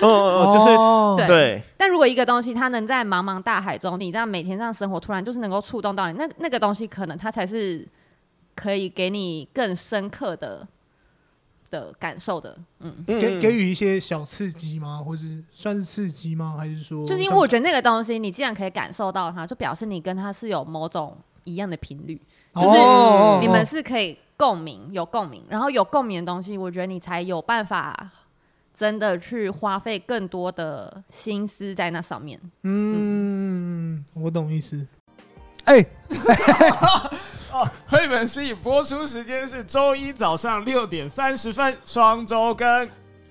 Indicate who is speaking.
Speaker 1: 哦哦，哦，就是
Speaker 2: 对
Speaker 1: 对，
Speaker 2: 但如果一个东西它能在茫茫大海中，你这样每天这样生活，突然就是能够触动到你，那那个东西可能它才是可以给你更深刻的的感受的。嗯，
Speaker 1: 嗯
Speaker 3: 给给予一些小刺激吗？或是算是刺激吗？还是
Speaker 1: 哦
Speaker 3: 说
Speaker 2: 就是因为我觉得那个东西，你既然可以感受到它，就表示你跟它是有某种一样的频率，
Speaker 3: 得
Speaker 2: 就是
Speaker 1: 哦
Speaker 2: 你们是可以共鸣，有共鸣，然后有共鸣的东西，我觉得你才有办法真的去花费更多的心思在那上面。
Speaker 3: 嗯，我懂意思。哎、
Speaker 4: 绘本 C 播出时间是周一早上六点三十分，双周更，